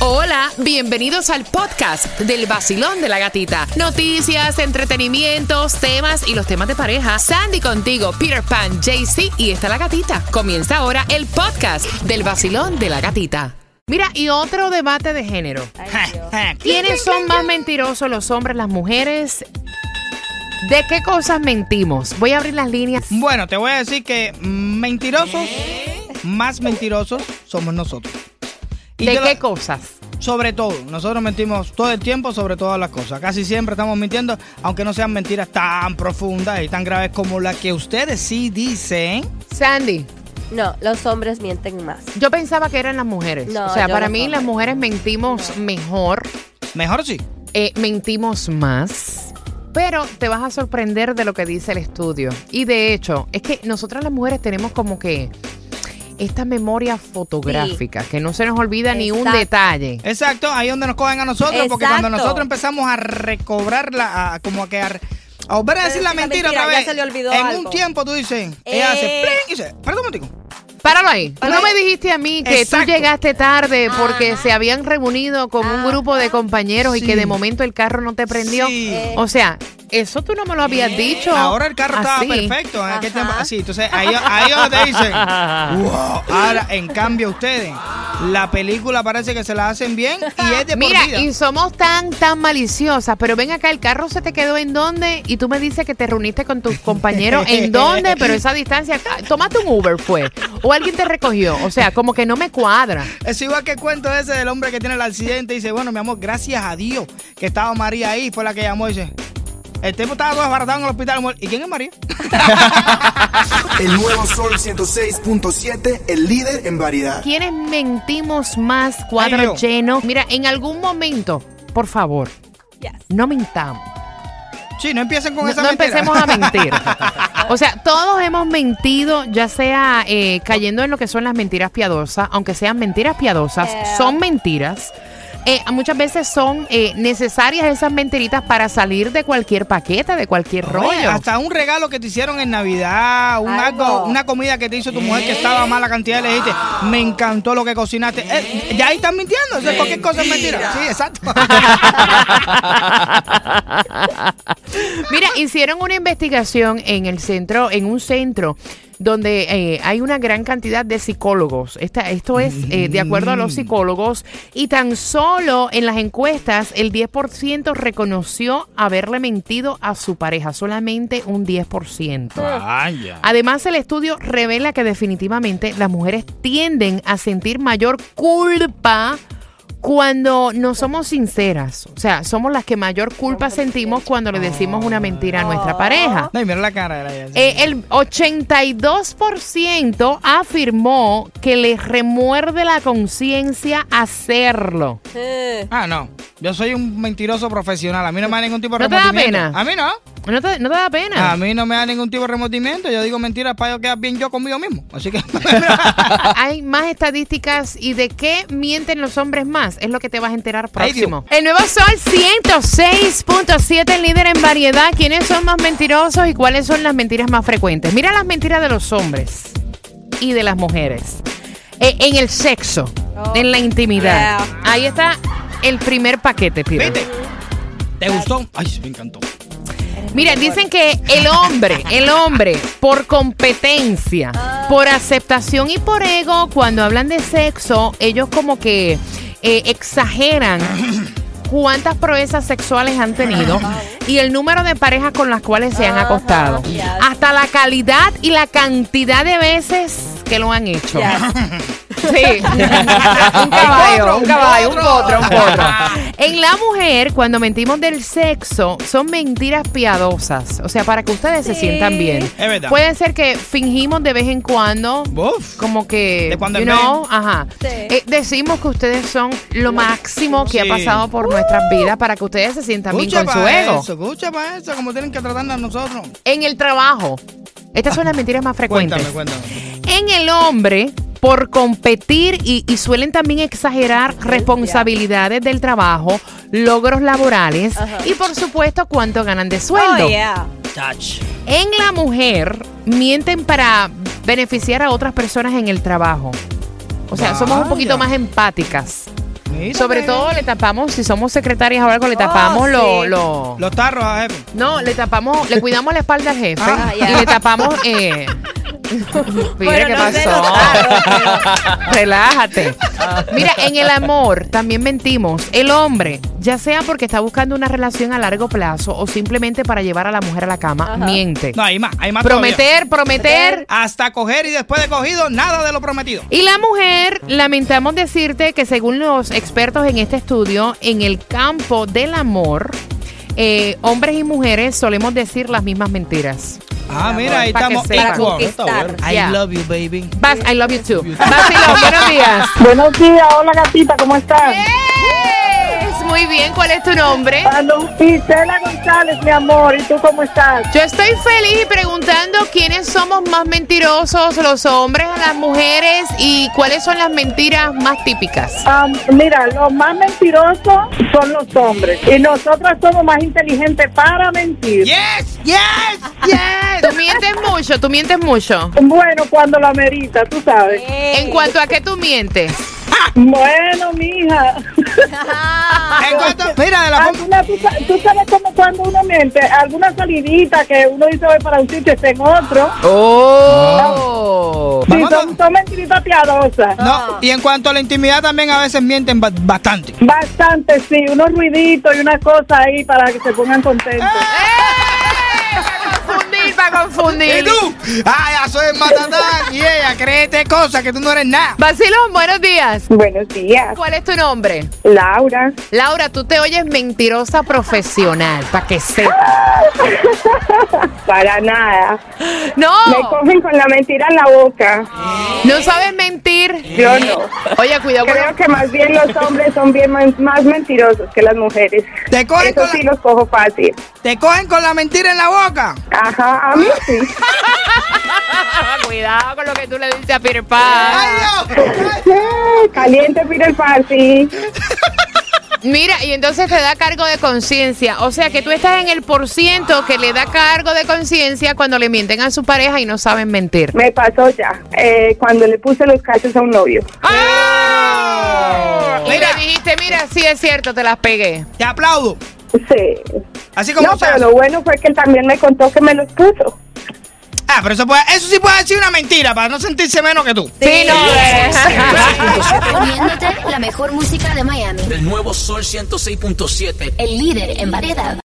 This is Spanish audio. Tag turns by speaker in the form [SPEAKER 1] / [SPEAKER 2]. [SPEAKER 1] Hola, bienvenidos al podcast del vacilón de la gatita. Noticias, entretenimientos, temas y los temas de pareja. Sandy contigo, Peter Pan, JC y está la gatita. Comienza ahora el podcast del vacilón de la gatita. Mira, y otro debate de género. ¿Quiénes son más mentirosos, los hombres, las mujeres? ¿De qué cosas mentimos? Voy a abrir las líneas.
[SPEAKER 2] Bueno, te voy a decir que mentirosos, más mentirosos somos nosotros. Y
[SPEAKER 1] ¿De
[SPEAKER 2] te lo-
[SPEAKER 1] qué cosas?
[SPEAKER 2] Sobre todo, nosotros mentimos todo el tiempo sobre todas las cosas. Casi siempre estamos mintiendo, aunque no sean mentiras tan profundas y tan graves como las que ustedes sí dicen.
[SPEAKER 1] Sandy,
[SPEAKER 3] No, los hombres mienten más.
[SPEAKER 1] yo pensaba que eran las mujeres.
[SPEAKER 3] No,
[SPEAKER 1] o sea,
[SPEAKER 3] yo
[SPEAKER 1] para
[SPEAKER 3] los
[SPEAKER 1] mí las
[SPEAKER 3] hombres.
[SPEAKER 1] mujeres mentimos mejor.
[SPEAKER 2] Mejor sí.
[SPEAKER 1] Eh, mentimos más. Pero te vas a sorprender de lo que dice el estudio. Y de hecho, es que nosotras las mujeres tenemos como que esta memoria fotográfica, que no se nos olvida ni un
[SPEAKER 3] Exacto.
[SPEAKER 1] detalle.
[SPEAKER 2] Exacto, ahí es donde nos cogen a nosotros, porque cuando
[SPEAKER 3] Exacto.
[SPEAKER 2] nosotros empezamos a recobrar la, a- como que a, re- a volver a decir la
[SPEAKER 3] decir la
[SPEAKER 2] mentira,
[SPEAKER 3] mentira,
[SPEAKER 2] otra
[SPEAKER 3] ya
[SPEAKER 2] vez.
[SPEAKER 3] se le olvidó
[SPEAKER 2] en
[SPEAKER 3] algo.
[SPEAKER 2] un tiempo tú dices, ella hace
[SPEAKER 3] Eh.
[SPEAKER 2] "Pling", y dice, perdón un momentico.
[SPEAKER 1] Páralo ahí. Tú no
[SPEAKER 2] Páralo
[SPEAKER 1] me
[SPEAKER 2] ahí.
[SPEAKER 1] dijiste a mí que tú
[SPEAKER 2] Exacto.
[SPEAKER 1] llegaste tarde porque se habían reunido con un
[SPEAKER 3] Ajá.
[SPEAKER 1] grupo de compañeros y
[SPEAKER 2] Sí.
[SPEAKER 1] que de momento el carro no te prendió.
[SPEAKER 2] Sí.
[SPEAKER 3] Eh.
[SPEAKER 1] O sea, eso tú no me lo habías dicho.
[SPEAKER 2] Ahora el carro estaba
[SPEAKER 1] así.
[SPEAKER 2] perfecto. ¿eh? En aquel
[SPEAKER 3] Ajá.
[SPEAKER 2] tiempo, sí, entonces ahí, ahí donde te dicen, wow. Ahora, en cambio, ustedes, la película parece que se la hacen bien y es de por
[SPEAKER 1] Mira,
[SPEAKER 2] vida.
[SPEAKER 1] y somos tan, tan maliciosas, pero ven acá, el carro se te quedó en dónde y tú me dices que te reuniste con tus compañeros en dónde, pero esa distancia, ah, tómate un Uber fue, o alguien te recogió, o sea, como que no me cuadra.
[SPEAKER 2] Es igual que el cuento ese del hombre que tiene el accidente y dice, bueno, mi amor, gracias a Dios que estaba María ahí, fue la que llamó y dice, el tiempo estaba todo desbaratado en el hospital, amor. ¿Y quién es María?
[SPEAKER 4] El nuevo Sol 106.7, el líder en variedad.
[SPEAKER 1] ¿Quiénes mentimos más cuadro
[SPEAKER 2] Ay, yo.
[SPEAKER 1] lleno? Mira, en algún momento, por favor,
[SPEAKER 3] Yes.
[SPEAKER 1] no mintamos.
[SPEAKER 2] Sí, no empiecen con
[SPEAKER 1] No,
[SPEAKER 2] esa
[SPEAKER 1] no
[SPEAKER 2] mentira.
[SPEAKER 1] empecemos a mentir. O sea, todos hemos mentido, ya sea eh, cayendo en lo que son las mentiras piadosas, aunque sean mentiras piadosas,
[SPEAKER 3] Yeah.
[SPEAKER 1] son mentiras. Eh, muchas veces son eh, necesarias esas mentiritas para salir de cualquier paqueta, de cualquier
[SPEAKER 2] Oye,
[SPEAKER 1] rollo.
[SPEAKER 2] hasta un regalo que te hicieron en Navidad, un algo.
[SPEAKER 3] Algo.
[SPEAKER 2] una comida que te hizo tu mujer que estaba mala cantidad, le dijiste, me encantó lo que cocinaste. Eh, ya ahí están mintiendo, o sea, cualquier cosa es mentira. Sí, exacto.
[SPEAKER 1] Mira, hicieron una investigación en el centro, en un centro donde eh, hay una gran cantidad de psicólogos. Esta- esto es eh, de acuerdo a los psicólogos. Y tan solo en las encuestas el 10% reconoció haberle mentido a su pareja, solamente un 10%. Además, el estudio revela que definitivamente las mujeres tienden a sentir mayor culpa cuando no somos sinceras. O sea, somos las que mayor culpa sentimos cuando le decimos una mentira a nuestra pareja.
[SPEAKER 2] Ay, mira la cara de la Yancy.
[SPEAKER 1] Eh, el 82% afirmó que les remuerde la conciencia hacerlo.
[SPEAKER 3] Eh,
[SPEAKER 2] Ah, no. Yo soy un mentiroso profesional. A mí no me da ningún tipo de
[SPEAKER 1] ¿No te da
[SPEAKER 2] remordimiento.
[SPEAKER 1] pena?
[SPEAKER 2] A mí no.
[SPEAKER 1] ¿No te, no te da pena?
[SPEAKER 2] A mí no me da ningún tipo de remordimiento. Yo digo mentiras para yo quedar bien yo conmigo mismo. Así que.
[SPEAKER 1] Hay más estadísticas y de qué mienten los hombres más. Es lo que te vas a enterar
[SPEAKER 2] Ay, Dios.
[SPEAKER 1] próximo. el nuevo Sol 106.7, el líder en variedad. ¿Quiénes son más mentirosos y cuáles son las mentiras más frecuentes? Mira las mentiras de los hombres y de las mujeres. Eh, en el sexo,
[SPEAKER 3] Oh.
[SPEAKER 1] en la intimidad.
[SPEAKER 3] Yeah.
[SPEAKER 1] Ahí está el primer paquete, Peter.
[SPEAKER 2] ¿Viste? ¿Te gustó? Ay, sí, me encantó.
[SPEAKER 1] Mira, dicen que el hombre, el hombre, por competencia, por aceptación y por ego, cuando hablan de sexo, ellos como que eh, exageran cuántas proezas sexuales han tenido y el número de parejas con las cuales se han
[SPEAKER 3] Ajá,
[SPEAKER 1] acostado.
[SPEAKER 3] yes.
[SPEAKER 1] Hasta la calidad y la cantidad de veces que lo han hecho.
[SPEAKER 3] yes.
[SPEAKER 1] Sí. un caballo, un
[SPEAKER 2] Un
[SPEAKER 1] caballo, un potro,
[SPEAKER 2] potro.
[SPEAKER 1] un potro. En la mujer, cuando mentimos del sexo, son mentiras piadosas. O sea, para que ustedes se
[SPEAKER 3] Sí.
[SPEAKER 1] sientan bien.
[SPEAKER 2] Es verdad.
[SPEAKER 1] Puede ser que fingimos de vez en cuando.
[SPEAKER 2] Uf.
[SPEAKER 1] Pues, Como que,
[SPEAKER 2] De cuando
[SPEAKER 1] you
[SPEAKER 2] en vez.
[SPEAKER 1] know, ajá.
[SPEAKER 3] Sí.
[SPEAKER 1] Eh, decimos que ustedes son lo máximo que ha
[SPEAKER 2] Sí.
[SPEAKER 1] pasado por nuestras vidas para que ustedes se sientan bien
[SPEAKER 2] Escucha
[SPEAKER 1] con su
[SPEAKER 2] para
[SPEAKER 1] ego.
[SPEAKER 2] eso, escucha para eso, como tienen que tratarnos a nosotros.
[SPEAKER 1] En el trabajo. Estas
[SPEAKER 2] Ah,
[SPEAKER 1] son las mentiras más frecuentes.
[SPEAKER 2] Cuéntame, cuéntame.
[SPEAKER 1] en el hombre por competir y, y suelen también exagerar responsabilidades del trabajo, logros laborales
[SPEAKER 3] Ajá.
[SPEAKER 1] y por supuesto cuánto ganan de sueldo.
[SPEAKER 3] Oh, yeah.
[SPEAKER 2] Touch.
[SPEAKER 1] En la mujer mienten para beneficiar a otras personas en el trabajo. O sea, somos un poquito
[SPEAKER 2] Vaya.
[SPEAKER 1] más empáticas.
[SPEAKER 2] Mira,
[SPEAKER 1] Sobre
[SPEAKER 2] qué
[SPEAKER 1] todo le tapamos, si somos secretarias o algo, le tapamos
[SPEAKER 3] Oh, sí.
[SPEAKER 1] lo- lo-
[SPEAKER 2] bien. Los tarros, a jefe.
[SPEAKER 1] No, le tapamos, le cuidamos la espalda al jefe
[SPEAKER 2] Ah,
[SPEAKER 1] y
[SPEAKER 3] ya.
[SPEAKER 1] le tapamos. Eh, Mira
[SPEAKER 3] Bueno,
[SPEAKER 1] qué
[SPEAKER 3] no sé Ah.
[SPEAKER 1] pasó.
[SPEAKER 3] los carros,
[SPEAKER 1] Relájate. Mira, en el amor también mentimos. El hombre, ya sea porque está buscando una relación a largo plazo o simplemente para llevar a la mujer a la cama,
[SPEAKER 3] Ajá.
[SPEAKER 1] miente.
[SPEAKER 2] No, hay más, hay más todavía.
[SPEAKER 1] prometer, prometer.
[SPEAKER 2] Hasta coger y después de cogido, nada de lo prometido.
[SPEAKER 1] Y la mujer, lamentamos decirte que según los expertos en este estudio, en el campo del amor, eh, hombres y mujeres solemos decir las mismas mentiras.
[SPEAKER 2] Ah, mira, ahí
[SPEAKER 1] pa' que
[SPEAKER 2] estamos.
[SPEAKER 1] sepa.
[SPEAKER 2] equal.
[SPEAKER 3] Para conquistar.
[SPEAKER 2] I
[SPEAKER 1] Yeah.
[SPEAKER 2] love you, baby.
[SPEAKER 1] Vas, I love you too. Basilón, buenos días.
[SPEAKER 5] Buenos días, hola gatita, ¿cómo estás?
[SPEAKER 1] Yes, Muy bien, ¿cuál es tu nombre?
[SPEAKER 5] Aló, Gisela González, mi amor, ¿y tú cómo estás?
[SPEAKER 1] Yo estoy feliz y preguntando quiénes somos más mentirosos, los hombres o las mujeres, y cuáles son las mentiras más típicas.
[SPEAKER 5] Am, mira, los más mentirosos son los hombres y nosotras somos más inteligentes para mentir.
[SPEAKER 2] Yes, yes,
[SPEAKER 1] Tú
[SPEAKER 2] yes.
[SPEAKER 1] mientes mucho, tú mientes mucho.
[SPEAKER 5] Bueno, cuando la merita, tú sabes.
[SPEAKER 1] En cuanto a qué tú mientes.
[SPEAKER 5] Bueno, mija.
[SPEAKER 2] En cuanto- mira, de la forma-
[SPEAKER 5] Alguna, tú, sa- tú sabes como cuando uno miente, alguna salidita que uno dice "Voy para un sitio y está en otro.
[SPEAKER 1] Oh.
[SPEAKER 5] Sí,
[SPEAKER 2] Vamos
[SPEAKER 5] son, son mentiritas piadosas.
[SPEAKER 2] No, y en cuanto a la intimidad también a veces mienten ba- bastante.
[SPEAKER 5] Bastante, sí, unos ruiditos y unas cosas ahí para que se pongan contentos.
[SPEAKER 2] Ah.
[SPEAKER 1] Confundir, para
[SPEAKER 2] ¡Eh! ¿Y
[SPEAKER 1] confundir.
[SPEAKER 2] tú? Ah, ya soy matatán. Y ella, créete cosas que tú no eres nada.
[SPEAKER 1] Basilón, buenos días.
[SPEAKER 5] Buenos días,
[SPEAKER 1] ¿Cuál es tu nombre?
[SPEAKER 5] Laura.
[SPEAKER 1] Laura, tú te oyes mentirosa profesional, para que sepa.
[SPEAKER 5] Para nada. Me
[SPEAKER 2] Oh.
[SPEAKER 1] No,
[SPEAKER 5] cogen con la mentira en la boca.
[SPEAKER 1] no sabes mentir.
[SPEAKER 5] Yo no.
[SPEAKER 1] Oye, cuidado con
[SPEAKER 5] Creo que más bien los hombres son bien man- más mentirosos que las mujeres.
[SPEAKER 2] Te cogen,
[SPEAKER 5] Eso
[SPEAKER 2] con
[SPEAKER 5] sí
[SPEAKER 2] la,
[SPEAKER 5] los cojo fácil.
[SPEAKER 2] te cogen con la mentira en la boca.
[SPEAKER 5] Ajá, a mí sí.
[SPEAKER 1] Cuidado con lo que tú le dices a Peter
[SPEAKER 2] Ay,
[SPEAKER 1] Pan.
[SPEAKER 2] Dios.
[SPEAKER 5] Caliente Peter Pan, sí.
[SPEAKER 1] Mira, y entonces te da cargo de conciencia. O sea que tú estás en el por ciento que le da cargo de conciencia cuando le mienten a su pareja y no saben mentir.
[SPEAKER 5] Me pasó ya. eh, cuando le puse los cachos a un novio.
[SPEAKER 1] ¡Ah! Y
[SPEAKER 2] Mira.
[SPEAKER 1] le dijiste, mira, sí es cierto, te las pegué.
[SPEAKER 2] Te aplaudo.
[SPEAKER 5] Sí.
[SPEAKER 2] Así como
[SPEAKER 5] No,
[SPEAKER 2] se
[SPEAKER 5] pero
[SPEAKER 2] hace.
[SPEAKER 5] lo bueno fue que él también me contó que me los puso.
[SPEAKER 2] Ah, pero eso, puede- eso sí puede decir una mentira para no sentirse menos que tú.
[SPEAKER 1] Sí, no. pues.
[SPEAKER 6] Poniéndote la mejor música de Miami.
[SPEAKER 7] El nuevo Sol 106.7.
[SPEAKER 6] El líder en variedad.